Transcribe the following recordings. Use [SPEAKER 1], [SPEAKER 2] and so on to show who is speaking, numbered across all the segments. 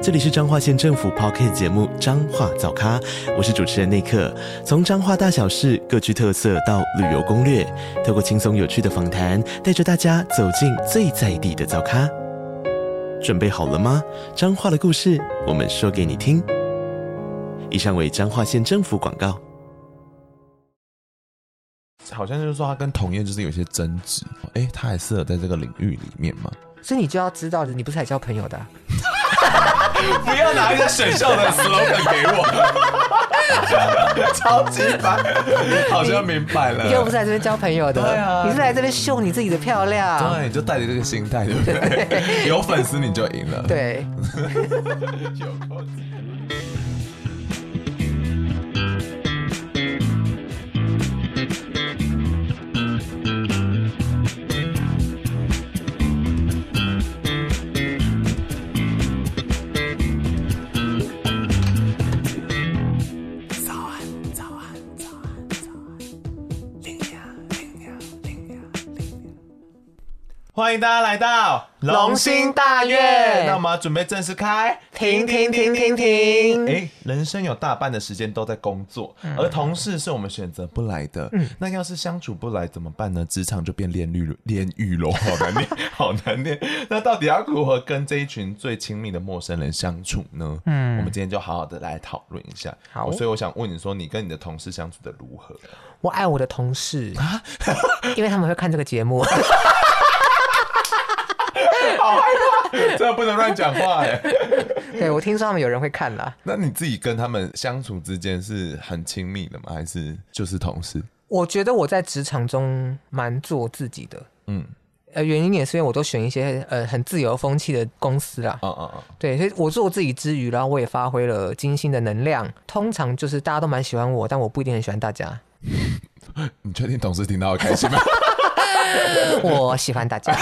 [SPEAKER 1] 这里是彰化县政府 p o c k t 节目《彰化早咖》，我是主持人内克。从彰化大小事各具特色到旅游攻略，透过轻松有趣的访谈，带着大家走进最在地的早咖。准备好了吗？彰化的故事，我们说给你听。以上为彰化县政府广告。
[SPEAKER 2] 好像就是说他跟同业就是有一些争执，哎、他还适合在这个领域里面吗？
[SPEAKER 3] 所以你就要知道，你不是来交朋友的啊、
[SPEAKER 2] 不要拿一个选秀的 slogan 给 我，超级烦，好像明白
[SPEAKER 3] 你又
[SPEAKER 2] 了。
[SPEAKER 3] 不是来这边交朋友的，
[SPEAKER 2] 对啊
[SPEAKER 3] 你是来这边秀你自己的漂亮。
[SPEAKER 2] 对，你就带着这个心态，对不对？有粉丝你就赢了。，
[SPEAKER 3] 对，
[SPEAKER 2] 有够
[SPEAKER 4] 欢迎大家来到
[SPEAKER 3] 龙兴大院
[SPEAKER 4] 那我们要准备正式开，
[SPEAKER 3] 停停停停停，
[SPEAKER 4] 哎，人生有大半的时间都在工作，而同事是我们选择不来的。那要是相处不来怎么办呢？职场就变炼狱了，炼狱喽， 好难念，好难念。那到底要如何跟这一群最亲密的陌生人相处呢？嗯，我们今天就好好的来讨论一下。哦
[SPEAKER 3] 好
[SPEAKER 4] 所以我想问你说，你跟你的同事相处的如何？
[SPEAKER 3] 我爱我的同事， 因为他们会看这个节目。
[SPEAKER 4] 好害怕，真的不能乱讲话哎。
[SPEAKER 3] 对我听说他们有人会看啦。
[SPEAKER 4] 那你自己跟他们相处之间是很亲密的吗？还是就是同事？
[SPEAKER 3] 我觉得我在职场中蛮做自己的，
[SPEAKER 4] 嗯，
[SPEAKER 3] 呃，原因也是因为我都选一些呃很自由风气的公司啦。
[SPEAKER 4] 啊啊啊！
[SPEAKER 3] 对，所以我做自己之余，然后我也发挥了精心的能量。通常就是大家都蛮喜欢我，但我不一定很喜欢大家。
[SPEAKER 4] 你确定同事听到会开心吗？
[SPEAKER 3] 我喜欢大家，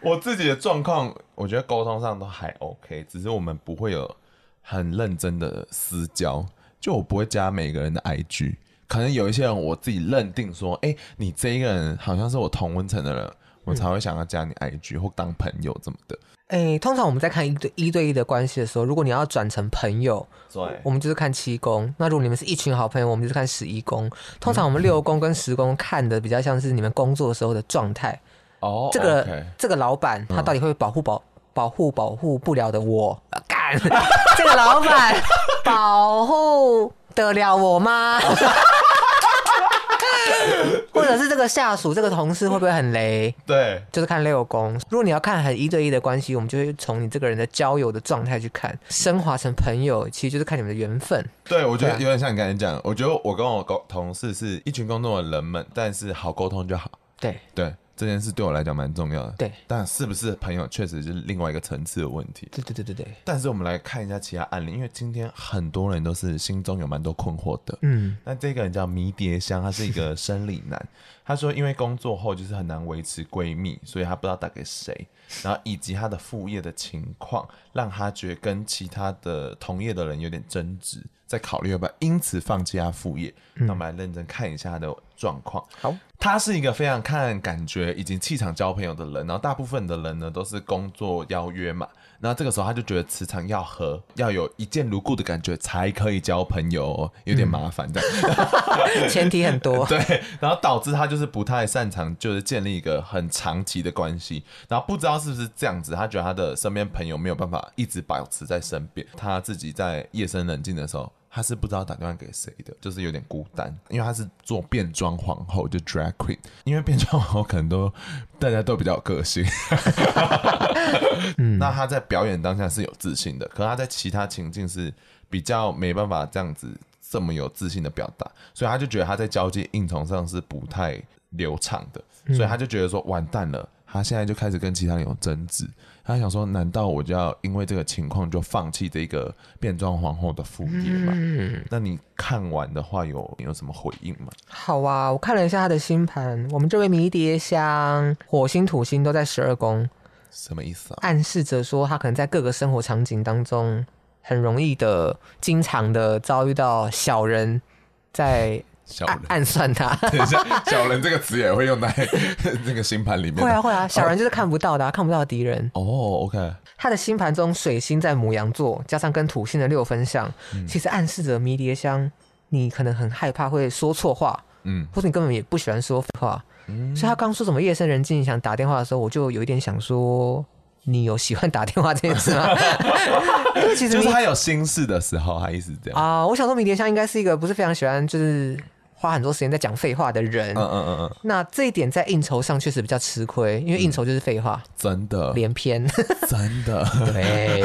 [SPEAKER 4] 我自己的状况，我觉得沟通上都还 OK，只是我们不会有很认真的私交，就我不会加每个人的 IG。可能有一些人，我自己认定说，哎、你这一个人好像是我同温层的人，我才会想要加你 IG 或当朋友怎么的。
[SPEAKER 3] 哎，通常我们在看一对一对一的关系的时候，如果你要转成朋友，
[SPEAKER 4] 对
[SPEAKER 3] 我们就是看七宫；那如果你们是一群好朋友，我们就是看十一宫。通常我
[SPEAKER 4] 嗯
[SPEAKER 3] 们六宫跟十宫看的比较像是你们工作的时候的状态。
[SPEAKER 4] 哦，
[SPEAKER 3] 这个
[SPEAKER 4] OK 嗯
[SPEAKER 3] 这个老板他到底会保护保保护保护不了的我？呃干，这个老板保护得了我吗？ 或者是这个下属这个同事会不会很雷？
[SPEAKER 4] 对，
[SPEAKER 3] 就是看六宫。如果你要看很一对一的关系，我们就会从你这个人的交友的状态去看，升华成朋友，其实就是看你们的缘分。
[SPEAKER 4] 对，我觉得
[SPEAKER 3] 对啊
[SPEAKER 4] 有点像你刚才讲，我觉得我跟我沟同事是一群工作的人们，但是好沟通就好。
[SPEAKER 3] 对，
[SPEAKER 4] 对这件事对我来讲蛮重要的。
[SPEAKER 3] 对
[SPEAKER 4] 但是不是朋友确实是另外一个层次的问题。
[SPEAKER 3] 对对对对对，
[SPEAKER 4] 但是我们来看一下其他案例，因为今天很多人都是心中有蛮多困惑的。
[SPEAKER 3] 嗯，
[SPEAKER 4] 那这个人叫迷迭香，他是一个生理男。他说，因为工作后就是很难维持闺蜜，所以他不知道打给谁，然后以及他的副业的情况，让他觉得跟其他的同业的人有点争执，在考虑要不要因此放弃他副业。那我们来认真看一下他的状况。
[SPEAKER 3] 好，
[SPEAKER 4] 他是一个非常看感觉以及气场交朋友的人，然后大部分的人呢都是工作邀约嘛，然后这个时候他就觉得磁场要合，要有一见如故的感觉才可以交朋友、哦，有点麻烦这样。
[SPEAKER 3] 前提很 多。
[SPEAKER 4] 对，然后导致他就是不太擅长，就是建立一个很长期的关系，然后不知道是不是这样子，他觉得他的身边朋友没有办法一直保持在身边，他自己在夜深人静的时候。他是不知道打电话给谁的，就是有点孤单，因为他是做变装皇后，就 drag queen。因为变装皇后可能都大家都比较有个性，
[SPEAKER 3] 嗯
[SPEAKER 4] 那他在表演当下是有自信的，可是他在其他情境是比较没办法这样子这么有自信的表达，所以他就觉得他在交际应酬上是不
[SPEAKER 3] 嗯
[SPEAKER 4] 太流畅的，所以他就觉得说完蛋了，他现在就开始跟其他人有争执，他想说，难道我就要因为这个情况就放弃这个变装皇后的副业吗？
[SPEAKER 3] 嗯
[SPEAKER 4] 那你看完的话有有什么回应吗？
[SPEAKER 3] 好啊，我看了一下他的星盘，我们这位迷迭香、火星、土星都在十二宫，
[SPEAKER 4] 什么意思 啊？
[SPEAKER 3] 暗示着说他可能在各个生活场景当中很容易的、经常的遭遇到小人在
[SPEAKER 4] 小
[SPEAKER 3] 暗
[SPEAKER 4] 人，
[SPEAKER 3] 暗算他。
[SPEAKER 4] 等一下，小人这个词也会用在 那个星盘里面的。
[SPEAKER 3] 会啊会啊，小人就是看不到的、啊，看不到的敌人。
[SPEAKER 4] 哦，OK、o k
[SPEAKER 3] 他的星盘中水星在母羊座，加上跟土星的六分相，
[SPEAKER 4] 嗯
[SPEAKER 3] 其实暗示着迷迭香，你可能很害怕会说错话，
[SPEAKER 4] 嗯，
[SPEAKER 3] 或者你根本也不喜欢说废话。所以他刚说什么夜深人静想打电话的时候，我就有一点想说，你有喜欢打电话这件事 吗？因为其实
[SPEAKER 4] 就
[SPEAKER 3] 迷
[SPEAKER 4] 是他有心事的时候，他意思是这样。
[SPEAKER 3] 啊、我想说迷迭香应该是一个不是非常喜欢就是花很多时间在讲废话的人。
[SPEAKER 4] 嗯嗯嗯嗯，
[SPEAKER 3] 那这一点在应酬上确实比较吃亏，因为应酬就是废话、
[SPEAKER 4] 真的，
[SPEAKER 3] 连篇。
[SPEAKER 4] 真 的，
[SPEAKER 3] 对，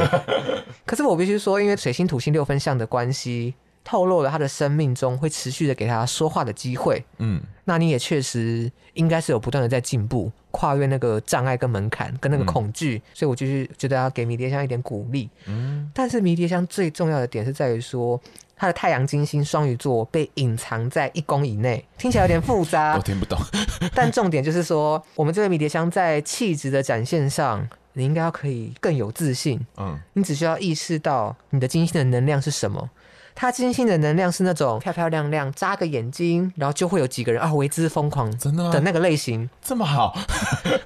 [SPEAKER 3] 可是我必须说，因为水星、土星六分相的关系，透露了他的生命中会持续的给他说话的机会。
[SPEAKER 4] 嗯，
[SPEAKER 3] 那你也确实应该是有不断的在进步，跨越那个障碍跟门槛跟那个恐惧，所以我就是觉得要给迷迭香一点鼓励。嗯，但是迷迭香最重要的点是在于说。他的太阳、金星、双鱼座被隐藏在一宫以内，听起来有点复 杂。
[SPEAKER 4] 我听不懂。
[SPEAKER 3] 但重点就是说，我们这位迷迭香在气质的展现上，你应该要可以更有自信。
[SPEAKER 4] 嗯，
[SPEAKER 3] 你只需要意识到你的金星的能量是什么。它金星的能量是那种漂漂亮亮，扎个眼睛，然后就会有几个人啊为之疯狂
[SPEAKER 4] 真的吗
[SPEAKER 3] 的那个类型。
[SPEAKER 4] 这么好，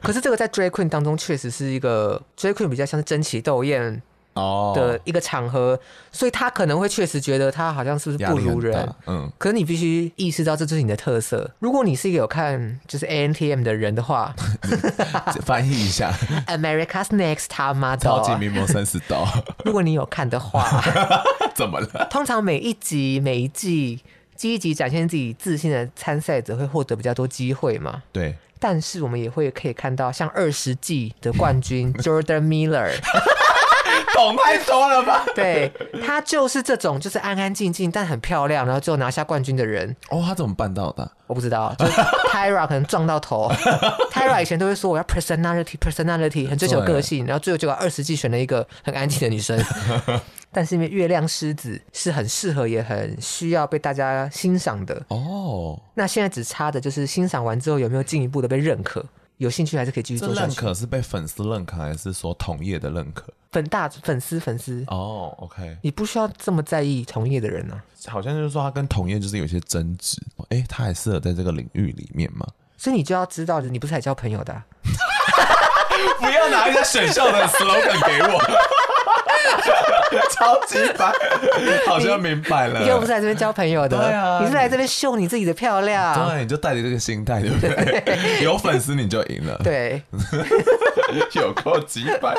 [SPEAKER 3] 可是这个在 drag queen 当中确实是一个 drag queen 比较像是争奇斗艳
[SPEAKER 4] 哦
[SPEAKER 3] 的一个场合，所以他可能会确实觉得他好像是不是
[SPEAKER 4] 压
[SPEAKER 3] 不
[SPEAKER 4] 力
[SPEAKER 3] 如
[SPEAKER 4] 很
[SPEAKER 3] 人
[SPEAKER 4] 大。，嗯，
[SPEAKER 3] 可是你必须意识到这就是你的特色。如果你是一个有看就是 ANTM 的人的话
[SPEAKER 4] 翻译一 下，
[SPEAKER 3] ，America's Next 他妈的
[SPEAKER 4] 超级
[SPEAKER 3] 啊，
[SPEAKER 4] 名模生死斗，
[SPEAKER 3] 如果你有看的话，
[SPEAKER 4] 怎么了？
[SPEAKER 3] 通常每一集每一季积极展现自己自信的参赛者会获得比较多机会嘛。
[SPEAKER 4] 对，
[SPEAKER 3] 但是我们也会可以看到，像二十季的冠军 Jordan Miller，
[SPEAKER 4] 懂太多了吧？
[SPEAKER 3] 对他就是这种就是安安静静但很漂亮，然后最后拿下冠军的人。
[SPEAKER 4] 哦，他怎么办到的？
[SPEAKER 3] 我不知道，就是 Tyra 可能撞到头。Tyra 以前都会说我要 personality personality，很追求个性，然后最后结果二十季选了一个很安静的女生。但是因为月亮狮子是很适合也很需要被大家欣赏的，
[SPEAKER 4] 哦，
[SPEAKER 3] 那现在只差的就是欣赏完之后有没有进一步的被认可，有兴趣还是可以继续
[SPEAKER 4] 这
[SPEAKER 3] 做下
[SPEAKER 4] 认
[SPEAKER 3] 去。
[SPEAKER 4] 可是被粉丝认可，还是说同业的认可？
[SPEAKER 3] 粉大粉丝粉丝，
[SPEAKER 4] 哦，OK，
[SPEAKER 3] 你不需要这么在意同业的人啊。
[SPEAKER 4] 好像就是说他跟同业就是有一些争执。哎，他还适合在这个领域里面吗？
[SPEAKER 3] 所以你就要知道，你不是还交朋友的啊、
[SPEAKER 2] 不要拿人家选秀的 slogan 给 我，超级烦，
[SPEAKER 4] 好像明白了
[SPEAKER 3] 你，又不是来这边交朋友的，
[SPEAKER 4] 呃 对啊
[SPEAKER 3] 你是来这边秀你自己的漂
[SPEAKER 4] 当
[SPEAKER 3] 亮。
[SPEAKER 4] 然你就带着这个心态，对不 对？有粉丝你就赢了，
[SPEAKER 3] 对，
[SPEAKER 4] 有够几百。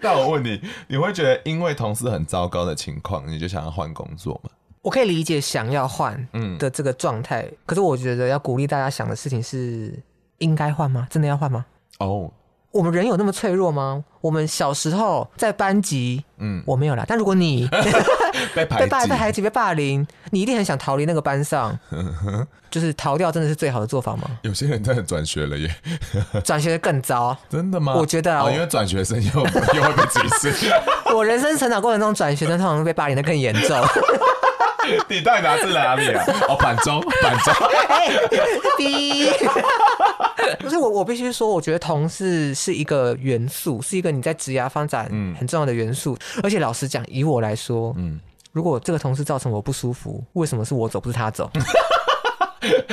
[SPEAKER 4] 那我问你，你会觉得因为同事很糟糕的情况，你就想要换工作吗？
[SPEAKER 3] 我可以理解想要换
[SPEAKER 4] 嗯
[SPEAKER 3] 的这个状态，可是我觉得要鼓励大家想的事情是：应该换吗？真的要换吗？
[SPEAKER 4] 哦，
[SPEAKER 3] 我们人有那么脆弱吗？我们小时候在班级，
[SPEAKER 4] 嗯，
[SPEAKER 3] 我没有啦。但如果你
[SPEAKER 4] 被
[SPEAKER 3] 被
[SPEAKER 4] 排
[SPEAKER 3] 霸
[SPEAKER 4] 挤
[SPEAKER 3] 被，排挤被霸凌，你一定很想逃离那个 班上，就是逃掉真的是最好的做法吗？
[SPEAKER 4] 有些人真的转学了耶，
[SPEAKER 3] 转学更糟。
[SPEAKER 4] 真的吗？
[SPEAKER 3] 我觉得啊
[SPEAKER 4] 哦，
[SPEAKER 3] 我
[SPEAKER 4] 因为转学生又又会被歧 视。
[SPEAKER 3] 我人生成长过程中，转学生通常被霸凌的更严重。
[SPEAKER 4] 你到底拿自哪里啊？哦，板中，板中，
[SPEAKER 3] 哎逼！ 不是我，我必须说，我觉得同事是一个元素，是一个你在职涯发展
[SPEAKER 4] 嗯
[SPEAKER 3] 很重要的元素。而且老实讲，以我来说，嗯，如果这个同事造成我不舒服，为什么是我走，不是他走？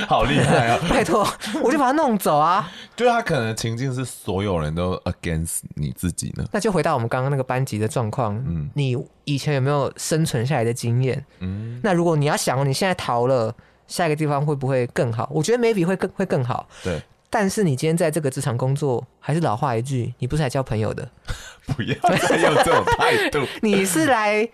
[SPEAKER 4] 好厉害啊！
[SPEAKER 3] 拜托，我就把他弄走啊！
[SPEAKER 4] 就是他可能情境是所有人都 against 你自己呢。
[SPEAKER 3] 那就回到我们刚刚那个班级的状况，嗯，你以前有没有生存下来的经验？嗯，那如果你要想哦你现在逃了，下一个地方会不会更好？我觉得 maybe 会更会更好。
[SPEAKER 4] 对，
[SPEAKER 3] 但是你今天在这个职场工作，还是老话一句，你不是来交朋友的，
[SPEAKER 4] 不要再用这种态 度。
[SPEAKER 3] 你是来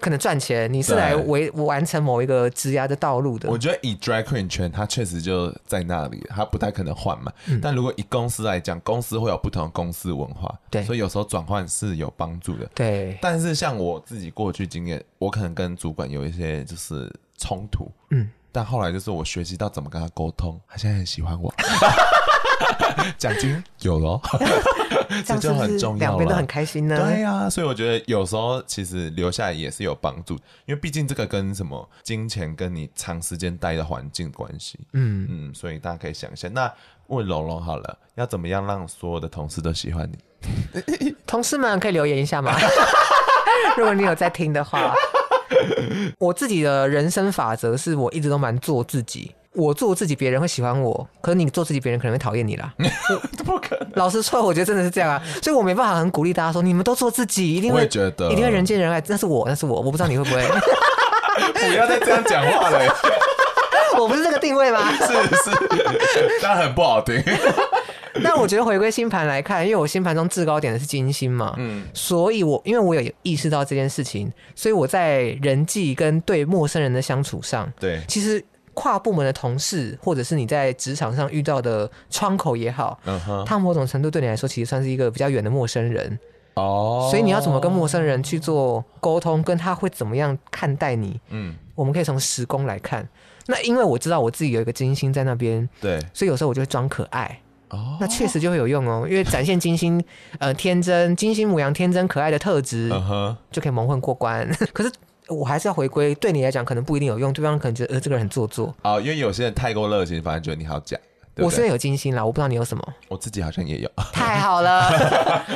[SPEAKER 3] 可能赚钱，你是来
[SPEAKER 4] 对
[SPEAKER 3] 为完成某一个职涯的道路的
[SPEAKER 4] 我。觉得以 drag queen 圈，它确实就在那里，它不太可能换嘛。
[SPEAKER 3] 嗯
[SPEAKER 4] 但如果以公司来讲，公司会有不同的公司文化，
[SPEAKER 3] 对
[SPEAKER 4] 所以有时候转换是有帮助的。
[SPEAKER 3] 对，
[SPEAKER 4] 但是像我自己过去经验，我可能跟主管有一些就是 冲突，嗯，但后来就是我学习到怎么跟他沟通，他现在很喜欢我，奖金有了，
[SPEAKER 3] 这样是
[SPEAKER 4] 就
[SPEAKER 3] 不
[SPEAKER 4] 很
[SPEAKER 3] 是
[SPEAKER 4] 重要
[SPEAKER 3] 两边都
[SPEAKER 4] 了
[SPEAKER 3] 很开心呢？
[SPEAKER 4] 对呀、所以我觉得有时候其实留下来也是有帮助，因为毕竟这个跟什么金钱跟你长时间待的环境关系。
[SPEAKER 3] 嗯，
[SPEAKER 4] 嗯，所以大家可以想一下，那问龙龙好了，要怎么样让所有的同事都喜欢 你？
[SPEAKER 3] 同事们可以留言一 下吗？如果你有在听的话，我自己的人生法则是我一直都蛮做自己。我做自己，别人会喜欢我；可是你做自己，别人可能会讨厌你 啦。
[SPEAKER 4] 怎么可能？
[SPEAKER 3] 老实说，我觉得真的是这样啊，所以我没办法很鼓励大家说你们都做自己，一定
[SPEAKER 4] 我
[SPEAKER 3] 会
[SPEAKER 4] 也觉得
[SPEAKER 3] 一定会人见人爱。那是我，那是我，我不知道你会 不会，
[SPEAKER 4] 不要再这样讲话 了，
[SPEAKER 3] 我不是这个定位吗？
[SPEAKER 4] 是是，但很不好听。
[SPEAKER 3] 那我觉得回归星盘来看，因为我星盘中制高点的是金星嘛，嗯，所以我因为我有意识到这件事情，所以我在人际跟对陌生人的相处上，
[SPEAKER 4] 对
[SPEAKER 3] 其实跨部门的同事，或者是你在职场上遇到的窗口也好，
[SPEAKER 4] 嗯哼，
[SPEAKER 3] 他某种程度对你来说其实算是一个比较远的陌生人，
[SPEAKER 4] 哦，
[SPEAKER 3] 所以你要怎么跟陌生人去做沟通，跟他会怎么样看待你，
[SPEAKER 4] 嗯，
[SPEAKER 3] 我们可以从时宫来看。那因为我知道我自己有一个金星在那边，
[SPEAKER 4] 对
[SPEAKER 3] 所以有时候我就会装可爱。
[SPEAKER 4] 哦
[SPEAKER 3] 那确实就会有用哦，因为展现金星，呃，天真、金星母羊天真可爱的特质，
[SPEAKER 4] 嗯哼，
[SPEAKER 3] 就可以蒙混过关。 可是我还是要回归，对你来讲可能不一定有用，对方可能觉得呃这个人很做作。
[SPEAKER 4] 哦，因为有些人太过热情，反而觉得你好假。对
[SPEAKER 3] 我
[SPEAKER 4] 不
[SPEAKER 3] 虽
[SPEAKER 4] 对？
[SPEAKER 3] 然有金星啦，我不知道你有什 么。
[SPEAKER 4] 我自己好像也有，
[SPEAKER 3] 太好了，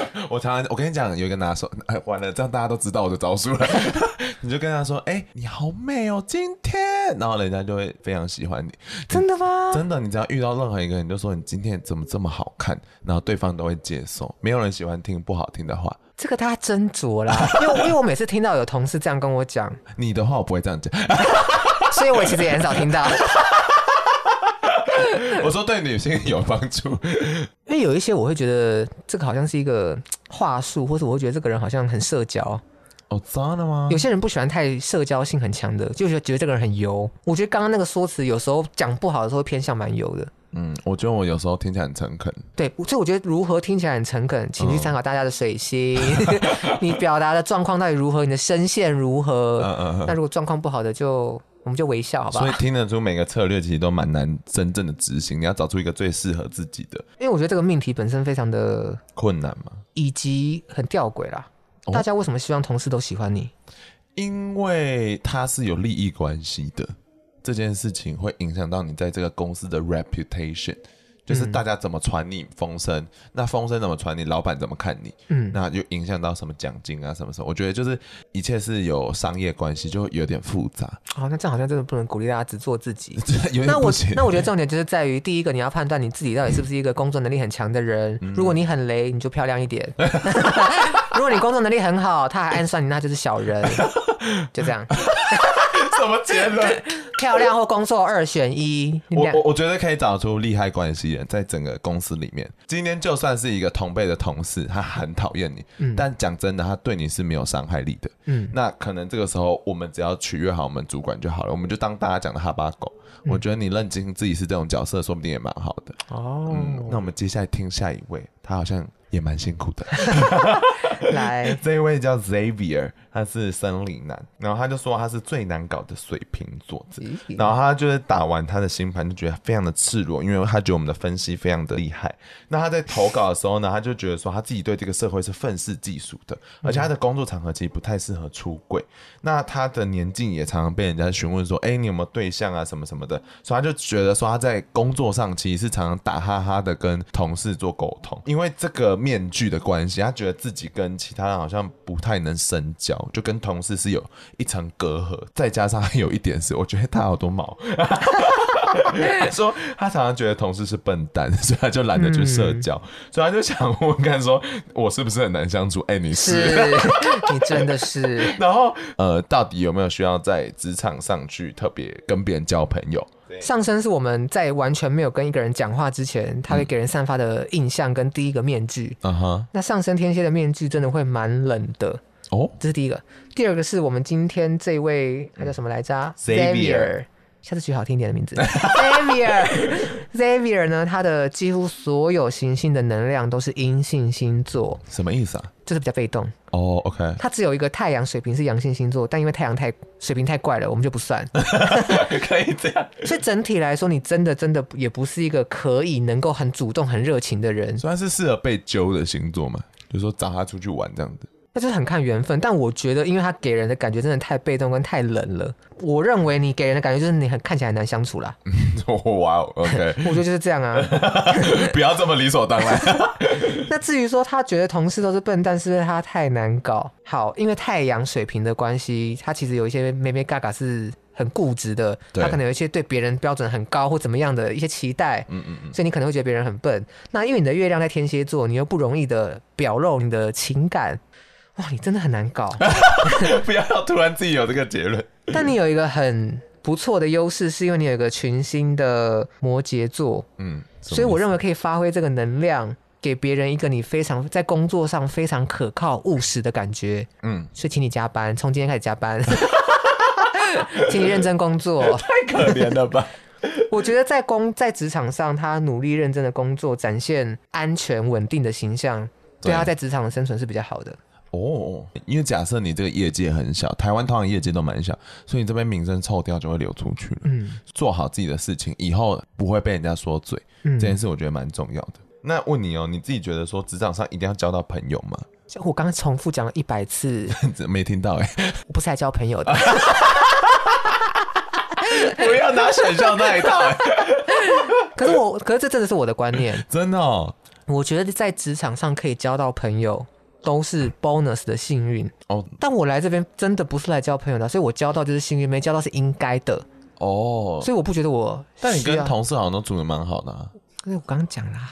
[SPEAKER 4] 我常常我跟你讲，有一个拿手，哎，完了，这样大家都知道我的招数了。 你就跟他说，哎、你好美哦，今天，然后人家就会非常喜欢你。
[SPEAKER 3] 真的吗？
[SPEAKER 4] 真的，你只要遇到任何一个人，你就说你今天怎么这么好看，然后对方都会接受。没有人喜欢听不好听的话。
[SPEAKER 3] 这个大家斟酌啦，因为因为我每次听到有同事这样跟我讲，
[SPEAKER 4] 你的话我不会这样讲，
[SPEAKER 3] 所以我其实也很少听到。
[SPEAKER 4] 我说对女性有帮助。
[SPEAKER 3] 因为有一些我会觉得这个好像是一个话术，或者我会觉得这个人好像很社交。
[SPEAKER 4] 哦，真的吗
[SPEAKER 3] 有？些人不喜欢太社交性很强的，就是觉得这个人很油。我觉得刚刚那个说辞有时候讲不好的时候会偏向蛮油的。
[SPEAKER 4] 嗯，我觉得我有时候听起来很诚恳。
[SPEAKER 3] 对，所以我觉得如何听起来很诚恳，请去参考大家的水星， 你表达的状况到底如何，你的声线如何。
[SPEAKER 4] 嗯嗯
[SPEAKER 3] 那如果状况不好的就，我们就微笑，好不好
[SPEAKER 4] 所以？听得出每个策略其实都蛮难真正的执行，你要找出一个最适合自己的
[SPEAKER 3] 因为我觉得这个命题本身非常的
[SPEAKER 4] 困难嘛。
[SPEAKER 3] 以及很吊诡啦。
[SPEAKER 4] 哦
[SPEAKER 3] 大家为什么希望同事都喜欢你？
[SPEAKER 4] 因为它是有利益关系的，这件事情会影响到你在这个公司的 reputation，就是大家怎么传你风声，那风声怎么传你，老板怎么看你，
[SPEAKER 3] 嗯
[SPEAKER 4] 那就影响到什么奖金啊，什么什么。我觉得就是一切是有商业关系，就有点复杂，
[SPEAKER 3] 哦，那这样好像真的不能鼓励大家只做自己。
[SPEAKER 4] 有
[SPEAKER 3] 那
[SPEAKER 4] 点
[SPEAKER 3] 我
[SPEAKER 4] 不行。
[SPEAKER 3] 那我觉得重点就是在于，第一个你要判断你自己到底是不是一个工作能力很强的人。
[SPEAKER 4] 嗯
[SPEAKER 3] 如果你很雷，你就漂亮一点； 如果你工作能力很好，他还暗算你，那就是小 人。就这样，
[SPEAKER 4] 什么结论？
[SPEAKER 3] 漂亮或工作二选一。你
[SPEAKER 4] 我
[SPEAKER 3] 俩
[SPEAKER 4] 我我觉得可以找出利害关系人，在整个公司里面，今天就算是一个同辈的同事，他很讨厌你，但讲真的，他对你是没有伤害力的。
[SPEAKER 3] 嗯
[SPEAKER 4] 那可能这个时候，我们只要取悦好我们主管就好了，我们就当大家讲的哈巴狗。我觉得你认清自己是这种角色，说不定也蛮好的。
[SPEAKER 3] 嗯哦，
[SPEAKER 4] 嗯，那我们接下来听下一位，他好像也蛮辛苦的。
[SPEAKER 3] 来，
[SPEAKER 4] 这一位叫 Xavier，他是生理男，然后他就说他是最难搞的水瓶座子，
[SPEAKER 3] 咦
[SPEAKER 4] 然后他就是打完他的星盘就觉得非常的赤裸，因为他觉得我们的分析非常的厉害。那他在投稿的时候呢，他就觉得说他自己对这个社会是愤世嫉俗的，而且他的工作场合其实不太适合出柜。那他的年纪也常常被人家询问说，哎，你有没有对象啊，什么什么的，所以他就觉得说他在工作上其实是常常打哈哈的跟同事做沟通，因为这个面具的关系，他觉得自己跟其他人好像不太能深交，就跟同事是有一层隔阂，再加上他有一点是，我觉得他好多毛。 他说他常常觉得同事是笨蛋，所以他就懒得去社交，所以他就想问问看说，我是不是很难相处？哎、你
[SPEAKER 3] 是 你真的是
[SPEAKER 4] 然后呃，到底有没有需要在职场上去特别跟别人交朋友？
[SPEAKER 3] 上升是我们在完全没有跟一个人讲话之前，他会给人散发的印象跟第一个面具。
[SPEAKER 4] 嗯哼，
[SPEAKER 3] 那上升天蝎的面具真的会蛮冷的，
[SPEAKER 4] 哦，
[SPEAKER 3] 这是第一个。第二个是我们今天这位他叫什么来着
[SPEAKER 4] Xavier
[SPEAKER 3] 下次取好听一点的名字，Xavier。Xavier 呢，他的几乎所有行星的能量都是阴性星座，
[SPEAKER 4] 什么意思啊？
[SPEAKER 3] 就是比较被动。
[SPEAKER 4] 哦，OK、o
[SPEAKER 3] 他只有一个太阳水瓶是阳性星座，但因为太阳太水瓶太怪了，我们就不算。
[SPEAKER 4] k 可以这样。
[SPEAKER 3] 所以整体来说，你真的真的也不是一个可以能够很主动、很热情的人，
[SPEAKER 4] 虽然是适合被揪的星座嘛，就是说找他出去玩这样子。
[SPEAKER 3] 那就是很看缘分。但我觉得，因为他给人的感觉真的太被动跟太冷了，我认为你给人的感觉就是你很看起来很难相处啦。
[SPEAKER 4] 哇哦，OK，
[SPEAKER 3] 我觉得就是这样啊。
[SPEAKER 4] 不要这么理所当然。
[SPEAKER 3] 那至于说他觉得同事都是笨蛋，是不是他太难搞？好，因为太阳水平的关系，他其实有一些妹妹嘎嘎是很固执的，
[SPEAKER 4] 对
[SPEAKER 3] 他可能有一些对别人标准很高或怎么样的一些期待，
[SPEAKER 4] 嗯嗯嗯，
[SPEAKER 3] 所以你可能会觉得别人很笨。那因为你的月亮在天蝎座，你又不容易的表露你的情感，哇，你真的很 难搞。
[SPEAKER 4] 不要突然自己有这个结论。
[SPEAKER 3] 但你有一个很不错的优势，是因为你有一个群星的摩羯座，
[SPEAKER 4] 嗯，
[SPEAKER 3] 所以我认为可以发挥这个能量，给别人一个你非常在工作上非常可靠、务实的感觉。
[SPEAKER 4] 嗯，
[SPEAKER 3] 所以请你加班，从今天开始加班， 请你认真工作。
[SPEAKER 4] 太可怜了吧？
[SPEAKER 3] 我觉得在工在职场上，他努力认真的工作，展现安全稳定的形象，对
[SPEAKER 4] 对
[SPEAKER 3] 他在职场的生存是比较好的。
[SPEAKER 4] 哦，因为假设你这个业界很小，台湾通常业界都蛮小，所以你这边名声臭掉就会流出去了。
[SPEAKER 3] 嗯
[SPEAKER 4] 做好自己的事情，以后不会被人家说嘴，
[SPEAKER 3] 嗯，
[SPEAKER 4] 这件事我觉得蛮重要的。那问你哦，你自己觉得说职场上一定要交到朋友吗？
[SPEAKER 3] 像我刚刚重复讲了一百次，
[SPEAKER 4] 没听到哎、
[SPEAKER 3] 我不是来交朋 友的。
[SPEAKER 4] 不要拿选项那一套、哎，
[SPEAKER 3] 可是我，可是这真的是我的观念。
[SPEAKER 4] 真的、哦。
[SPEAKER 3] 我觉得在职场上可以交到朋友，都是 bonus 的幸运。
[SPEAKER 4] 哦
[SPEAKER 3] 但我来这边真的不是来交朋友的，所以我交到就是幸运，没交到是应该的。
[SPEAKER 4] 哦，
[SPEAKER 3] 所以我不觉得我需要。
[SPEAKER 4] 但你跟同事好像都处的蛮好的、啊，
[SPEAKER 3] 因为我刚刚讲啦，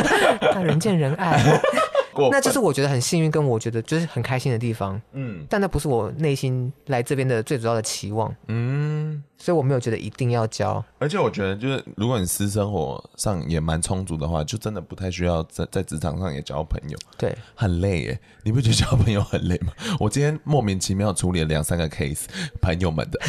[SPEAKER 3] 那人见人爱，
[SPEAKER 4] 过分
[SPEAKER 3] 那就是我觉得很幸运，跟我觉得就是很开心的地方。
[SPEAKER 4] 嗯
[SPEAKER 3] 但那不是我内心来这边的最主要的期望，
[SPEAKER 4] 嗯。
[SPEAKER 3] 所以我没有觉得一定要交。
[SPEAKER 4] 而且我觉得，就是如果你私生活上也蛮充足的话，就真的不太需要在在职场上也交朋友，
[SPEAKER 3] 对，
[SPEAKER 4] 很累耶。你不觉得交朋友很累吗？ 我今天莫名其妙处理了两三个 case，朋 友们的，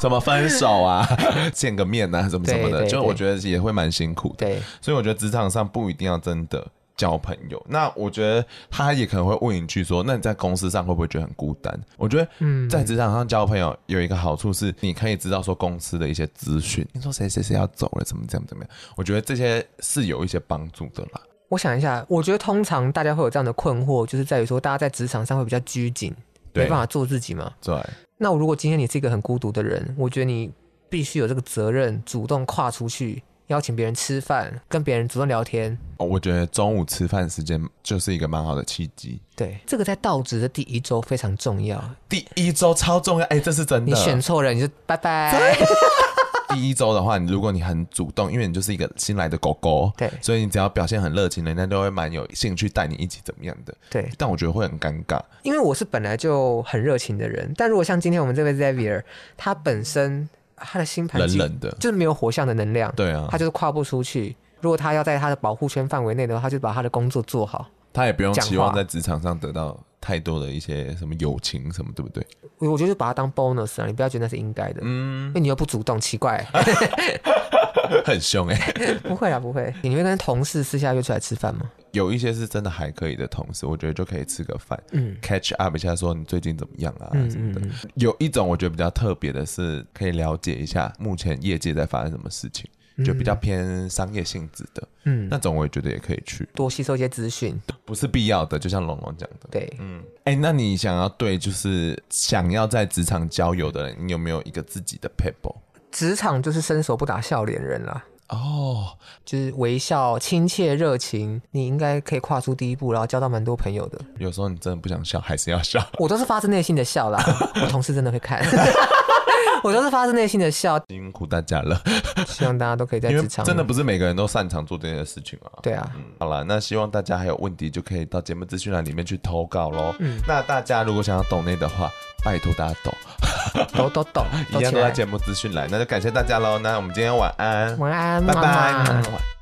[SPEAKER 4] 什么分手啊、 见个面啊，什么什么
[SPEAKER 3] 对
[SPEAKER 4] 的，
[SPEAKER 3] 对
[SPEAKER 4] 就
[SPEAKER 3] 对
[SPEAKER 4] 我觉得也会蛮辛苦的。
[SPEAKER 3] 对，
[SPEAKER 4] 所以我觉得职场上不一定要真的交朋友。那我觉得他也可能会问一句说：“那你在公司上会不会觉得很孤单？”我觉得，嗯，在职场上交朋友有一个好处是，你可以知道说公司的一些资讯，听说谁谁谁要走了，怎么怎么怎么样。我觉得这些是有一些帮助的啦。
[SPEAKER 3] 我想一下，我觉得通常大家会有这样的困惑，就是在于说大家在职场上会比较拘谨，
[SPEAKER 4] 对
[SPEAKER 3] 没办法做自己嘛。
[SPEAKER 4] 对，
[SPEAKER 3] 那如果今天你是一个很孤独的人，我觉得你必须有这个责任，主动跨出去，邀请别人吃饭，跟别人主动聊天。
[SPEAKER 4] 哦我觉得中午吃饭时间就是一个蛮好的契机。
[SPEAKER 3] 对，这个在到职的第一周非常重要。
[SPEAKER 4] 第一周超重要，哎、这是真的。
[SPEAKER 3] 你选错人，你就拜拜。
[SPEAKER 4] 第一周的话，你如果你很主动，因为你就是一个新来的狗狗，
[SPEAKER 3] 对
[SPEAKER 4] 所以你只要表现很热情，人家都会蛮有兴趣带你一起怎么样的。
[SPEAKER 3] 对，
[SPEAKER 4] 但我觉得会很尴尬，
[SPEAKER 3] 因为我是本来就很热情的人，但如果像今天我们这位 Xavier，他本身他的星盘
[SPEAKER 4] 冷
[SPEAKER 3] 基
[SPEAKER 4] 冷的。
[SPEAKER 3] 就是没有火象的能量，
[SPEAKER 4] 对啊
[SPEAKER 3] 他，就是跨不出去。如果他要在他的保护圈范围内的话，他就把他的工作做好。
[SPEAKER 4] 他也不用
[SPEAKER 3] 讲话
[SPEAKER 4] 期望在职场上得到太多的一些什么友情什么，对不对？
[SPEAKER 3] 我我觉得就把它当 bonus 啊，你不要觉得那是应该的，
[SPEAKER 4] 嗯
[SPEAKER 3] 因，为你又不主动，奇怪。
[SPEAKER 4] 很凶哎、
[SPEAKER 3] 不会啦，不会。你会跟同事私下约出来吃饭吗？
[SPEAKER 4] 有一些是真的还可以的同事，我觉得就可以吃个饭。
[SPEAKER 3] 嗯
[SPEAKER 4] catch up 一下，说你最近怎么样啊
[SPEAKER 3] 嗯
[SPEAKER 4] 什么的
[SPEAKER 3] 嗯。
[SPEAKER 4] 有一种我觉得比较特别的是，可以了解一下目前业界在发生什么事情，就比较偏商业性质的
[SPEAKER 3] 嗯
[SPEAKER 4] 那种，我也觉得也可以去，
[SPEAKER 3] 多吸收一些资讯。
[SPEAKER 4] 不是必要的。就像龙龙讲的，
[SPEAKER 3] 对，
[SPEAKER 4] 嗯，哎、那你想要对就是想要在职场交友的人，你有没有一个自己的 people？
[SPEAKER 3] 职场就是伸手不打笑脸人啦，
[SPEAKER 4] 哦，
[SPEAKER 3] 就是微笑、亲切、热情，你应该可以跨出第一步，然后交到蛮多朋友的。
[SPEAKER 4] 有时候你真的不想笑，还是要笑。
[SPEAKER 3] 我都是发自内心 的笑啦，我同事真的会看。 我都是发自内心的笑，
[SPEAKER 4] 辛苦大家了，
[SPEAKER 3] 希望大家都可以在
[SPEAKER 4] 因为
[SPEAKER 3] 职场
[SPEAKER 4] 真的不是每个人都擅长做这件事情啊。
[SPEAKER 3] 对啊，
[SPEAKER 4] 好啦，那希望大家还有问题就可以到节目资讯栏里面去投稿喽。那大家如果想要抖内的话，拜托大家抖，
[SPEAKER 3] 抖抖抖，
[SPEAKER 4] 一
[SPEAKER 3] 抖
[SPEAKER 4] 样
[SPEAKER 3] 起
[SPEAKER 4] 都在
[SPEAKER 3] 来。
[SPEAKER 4] 节目资讯栏。那就感谢大家喽。那我们今天晚安，
[SPEAKER 3] 晚安，
[SPEAKER 4] 拜
[SPEAKER 3] 妈妈
[SPEAKER 4] 拜。